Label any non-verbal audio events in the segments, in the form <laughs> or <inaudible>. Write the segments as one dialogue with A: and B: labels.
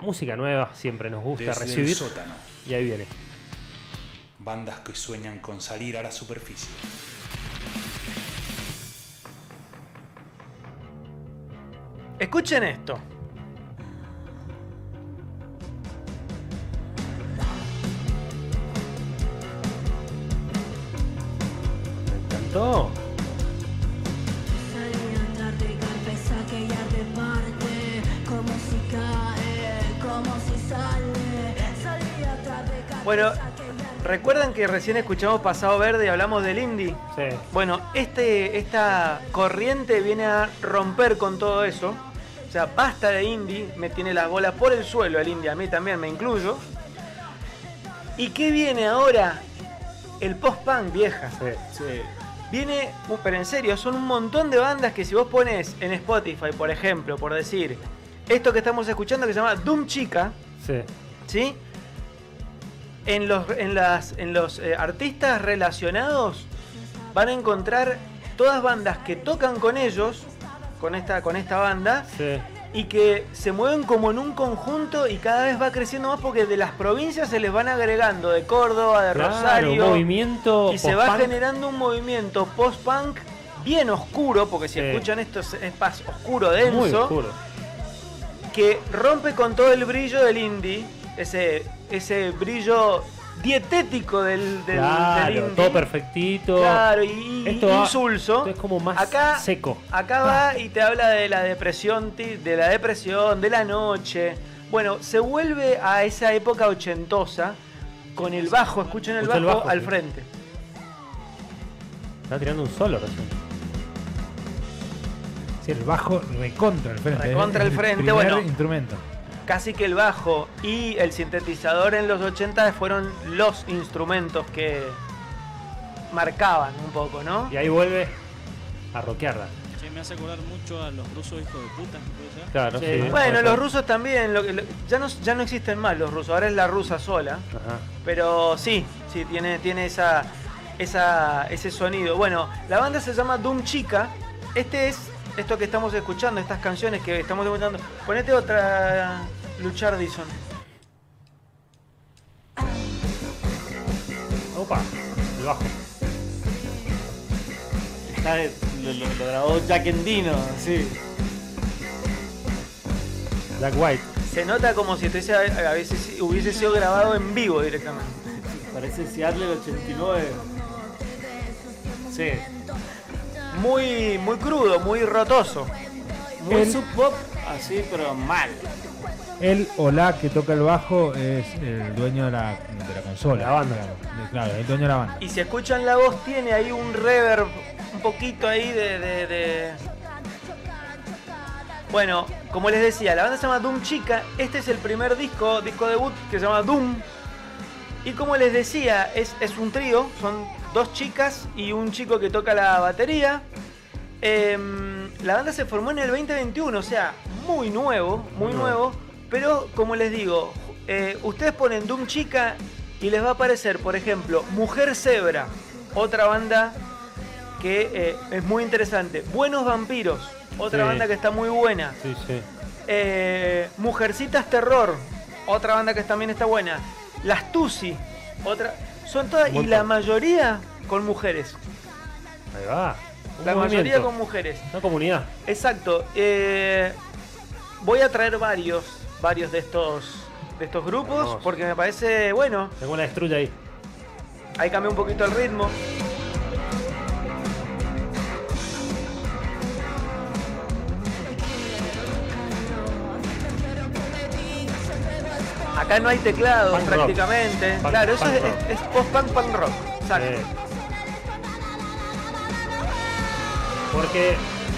A: música nueva siempre nos gusta
B: Desde
A: recibir.
B: el sótano.
A: Y ahí viene.
B: Bandas que sueñan con salir a la superficie.
C: Escuchen esto.
A: Me encantó.
C: Bueno, ¿Recuerdan que recién escuchamos Pasado Verde y hablamos del indie?
A: Sí.
C: Bueno, este, esta corriente viene a romper con todo eso. O sea, basta de indie, me tiene las bolas por el suelo el indie, a mí también me incluyo. ¿Y qué viene ahora? El post-punk vieja.
A: sí.
C: Viene, uh, pero en serio, son un montón de bandas que si vos pones en Spotify, por ejemplo, por decir, esto que estamos escuchando que se llama Doom Chica,
A: Sí.
C: ¿sí? En los, en las, en los eh, artistas relacionados van a encontrar todas bandas que tocan con ellos, con esta, con esta banda,
A: Sí.
C: y que se mueven como en un conjunto y cada vez va creciendo más porque de las provincias se les van agregando, de Córdoba, de
A: Claro,
C: Rosario,
A: movimiento.
C: y se va
A: post-punk.
C: generando un movimiento post-punk bien oscuro, porque
A: Sí.
C: si escuchan esto es, es más oscuro,
A: Muy
C: denso,
A: oscuro.
C: que rompe con todo el brillo del indie, ese, ese brillo dietético del, del, del
A: claro,
C: indie.
A: todo perfectito.
C: Claro, y, y
A: Esto va-
C: insulso.
A: esto es como más
C: acá,
A: seco. Ah.
C: Acá va y te habla de la depresión, ti- de la depresión, de la noche. Bueno, se vuelve a esa época ochentosa con el bajo, escuchen el bajo,
A: Escucha el bajo,
C: al
A: sí.
C: frente.
A: Está tirando un solo recién.
D: Sí, el bajo recontra el frente.
C: Recontra
D: eh,
C: el frente,
D: primer
C: bueno.
D: instrumento.
C: Casi que el bajo y el sintetizador en los 80 fueron los instrumentos que marcaban un poco, ¿no?
A: Y ahí vuelve a rockearla.
E: Che, me hace acordar mucho a los rusos hijos de puta, ¿puede ser?
A: Claro,
E: Sí.
A: sí.
C: Bueno, los rusos también, lo que- lo- ya, no, ya no existen más los rusos, ahora es la rusa sola.
A: Ajá.
C: Pero sí, sí, tiene, tiene esa, esa, ese sonido. Bueno, la banda se llama Doom Chica. Este es esto que estamos escuchando, estas canciones que estamos escuchando. Ponete otra, Luchardison.
A: Opa, el bajo.
C: lo, grabó Jack Endino, sí.
A: Jack White.
C: Se nota como si estuviese, a veces hubiese sido grabado en vivo directamente.
F: Parece Seattle el 89.
A: Sí.
C: Muy, muy crudo, muy rotoso.
F: Muy
D: El-
F: sub pop, así, pero mal.
D: El o la que toca el bajo es el dueño de la, de la consola.
A: La banda.
D: Claro, de- claro, el dueño de la banda.
C: Y si escuchan la voz, tiene ahí un reverb, un poquito ahí de, de- de- Bueno, como les decía, la banda se llama Doom Chica. Este es el primer disco, disco debut, que se llama Doom. Y como les decía, es, es un trío. Son dos chicas y un chico que toca la batería. Em, la banda se formó en el 2021, o sea, muy nuevo, muy nuevo. Pero como les digo, eh, ustedes ponen Doom Chica y les va a aparecer, por ejemplo, Mujer Zebra, otra banda que eh, es muy interesante. Buenos Vampiros, otra
A: Sí.
C: banda que está muy buena.
A: Sí, sí.
C: Eh, Mujercitas Terror, otra banda que también está buena. Las Tusi, otra. Son todas, y
A: Montón.
C: la mayoría con mujeres.
A: Ahí va. Un
C: La mayoría
A: movimiento.
C: con mujeres.
A: Una comunidad.
C: Exacto. eh, voy a traer varios, varios de estos, de estos grupos,
A: Hermoso.
C: porque me parece, bueno,
A: Tengo la destruya ahí.
C: ahí cambió un poquito el ritmo. Acá no hay teclados
A: Punk rock.
C: prácticamente.
A: Punk-
C: claro, eso
A: punk
C: es,
A: rock.
C: es- es post-punk, punk rock. Exacto.
A: Eh. Porque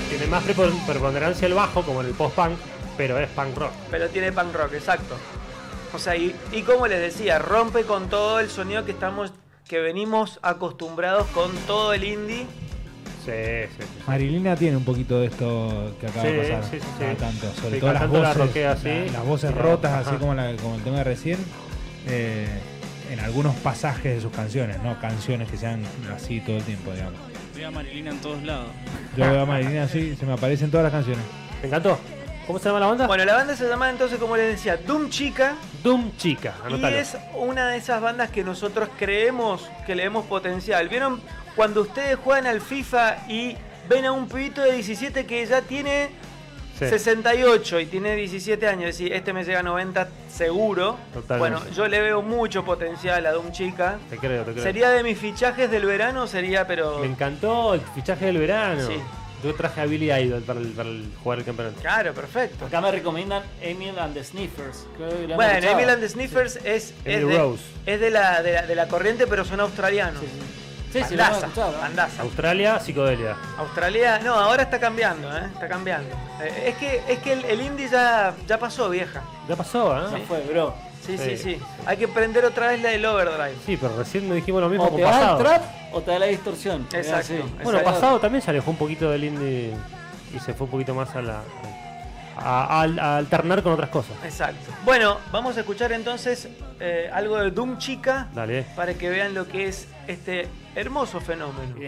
A: tiene más prepon- preponderancia el bajo, como en el post-punk, pero es punk rock.
C: Pero tiene punk rock, exacto. O sea, y, y como les decía, rompe con todo el sonido que estamos, que venimos acostumbrados con todo
A: <laughs>
C: el indie.
A: Sí, sí, sí.
D: Marilina tiene un poquito de esto que acaba de
A: Sí,
D: pasar.
A: sí, sí,
D: cada
A: sí.
D: tanto, sobre
A: Sí,
D: todo las
A: cantando la
D: voces,
A: roquea así,
D: la- las voces
A: y la-
D: rotas,
A: ajá.
D: así como, la- como el tema de recién, eh, en algunos pasajes de sus canciones, no canciones que sean así todo el tiempo, digamos.
E: Veo a Marilina en todos lados.
D: Yo veo a Marilina así, se me aparecen todas las canciones.
A: ¿Te encantó? ¿Cómo se llama la banda?
C: Bueno, la banda se llama entonces, como les decía, Doom Chica.
A: Doom Chica, anótalo.
C: Y es una de esas bandas que nosotros creemos que le vemos potencial. ¿Vieron cuando ustedes juegan al FIFA y ven a un pibito de 17 que ya tiene
A: Sí.
C: 68 y tiene 17 años? Y este me llega a 90 seguro.
A: Totalmente.
C: Bueno, yo le veo mucho potencial a Doom Chica.
A: Te creo, te creo.
C: Sería de mis fichajes del verano, sería, pero.
A: Me encantó el fichaje del verano.
C: Sí.
A: Yo traje a Billy Idol para, el- para el- jugar el campeonato.
C: Claro, perfecto.
F: Acá me recomiendan Emil and the Sniffers. Creo que lo han
C: Bueno,
F: escuchado.
C: Emil and the Sniffers es, es,
A: Emily
C: de,
A: Rose.
C: es de, la, de, la, de la corriente, pero son australianos.
F: Sí, sí. Sí, sí, lo han
C: Bandaza,
F: escuchado. ¿no?
C: bandaza.
A: Australia, psicodelia.
C: Australia, no, ahora está cambiando, ¿eh? está cambiando. Eh, es que, es que el, el indie ya, ya pasó, vieja.
A: Ya pasó, ¿eh?
F: Ya fue, bro.
C: Sí, sí,
A: Sí.
C: sí, Hay que prender otra vez la del overdrive.
A: Sí, pero recién nos dijimos lo mismo
F: O
A: con
F: te vas al
A: pasado.
F: trap o te da la distorsión. Es
C: Exacto.
F: así.
C: Bueno,
A: Bueno,
F: Exacto.
A: pasado también se alejó un poquito del indie y se fue un poquito más a la. a, a- a alternar con otras cosas.
C: Exacto. Bueno, vamos a escuchar entonces eh, algo de Doom Chica
A: Dale.
C: para que vean lo que es este hermoso fenómeno.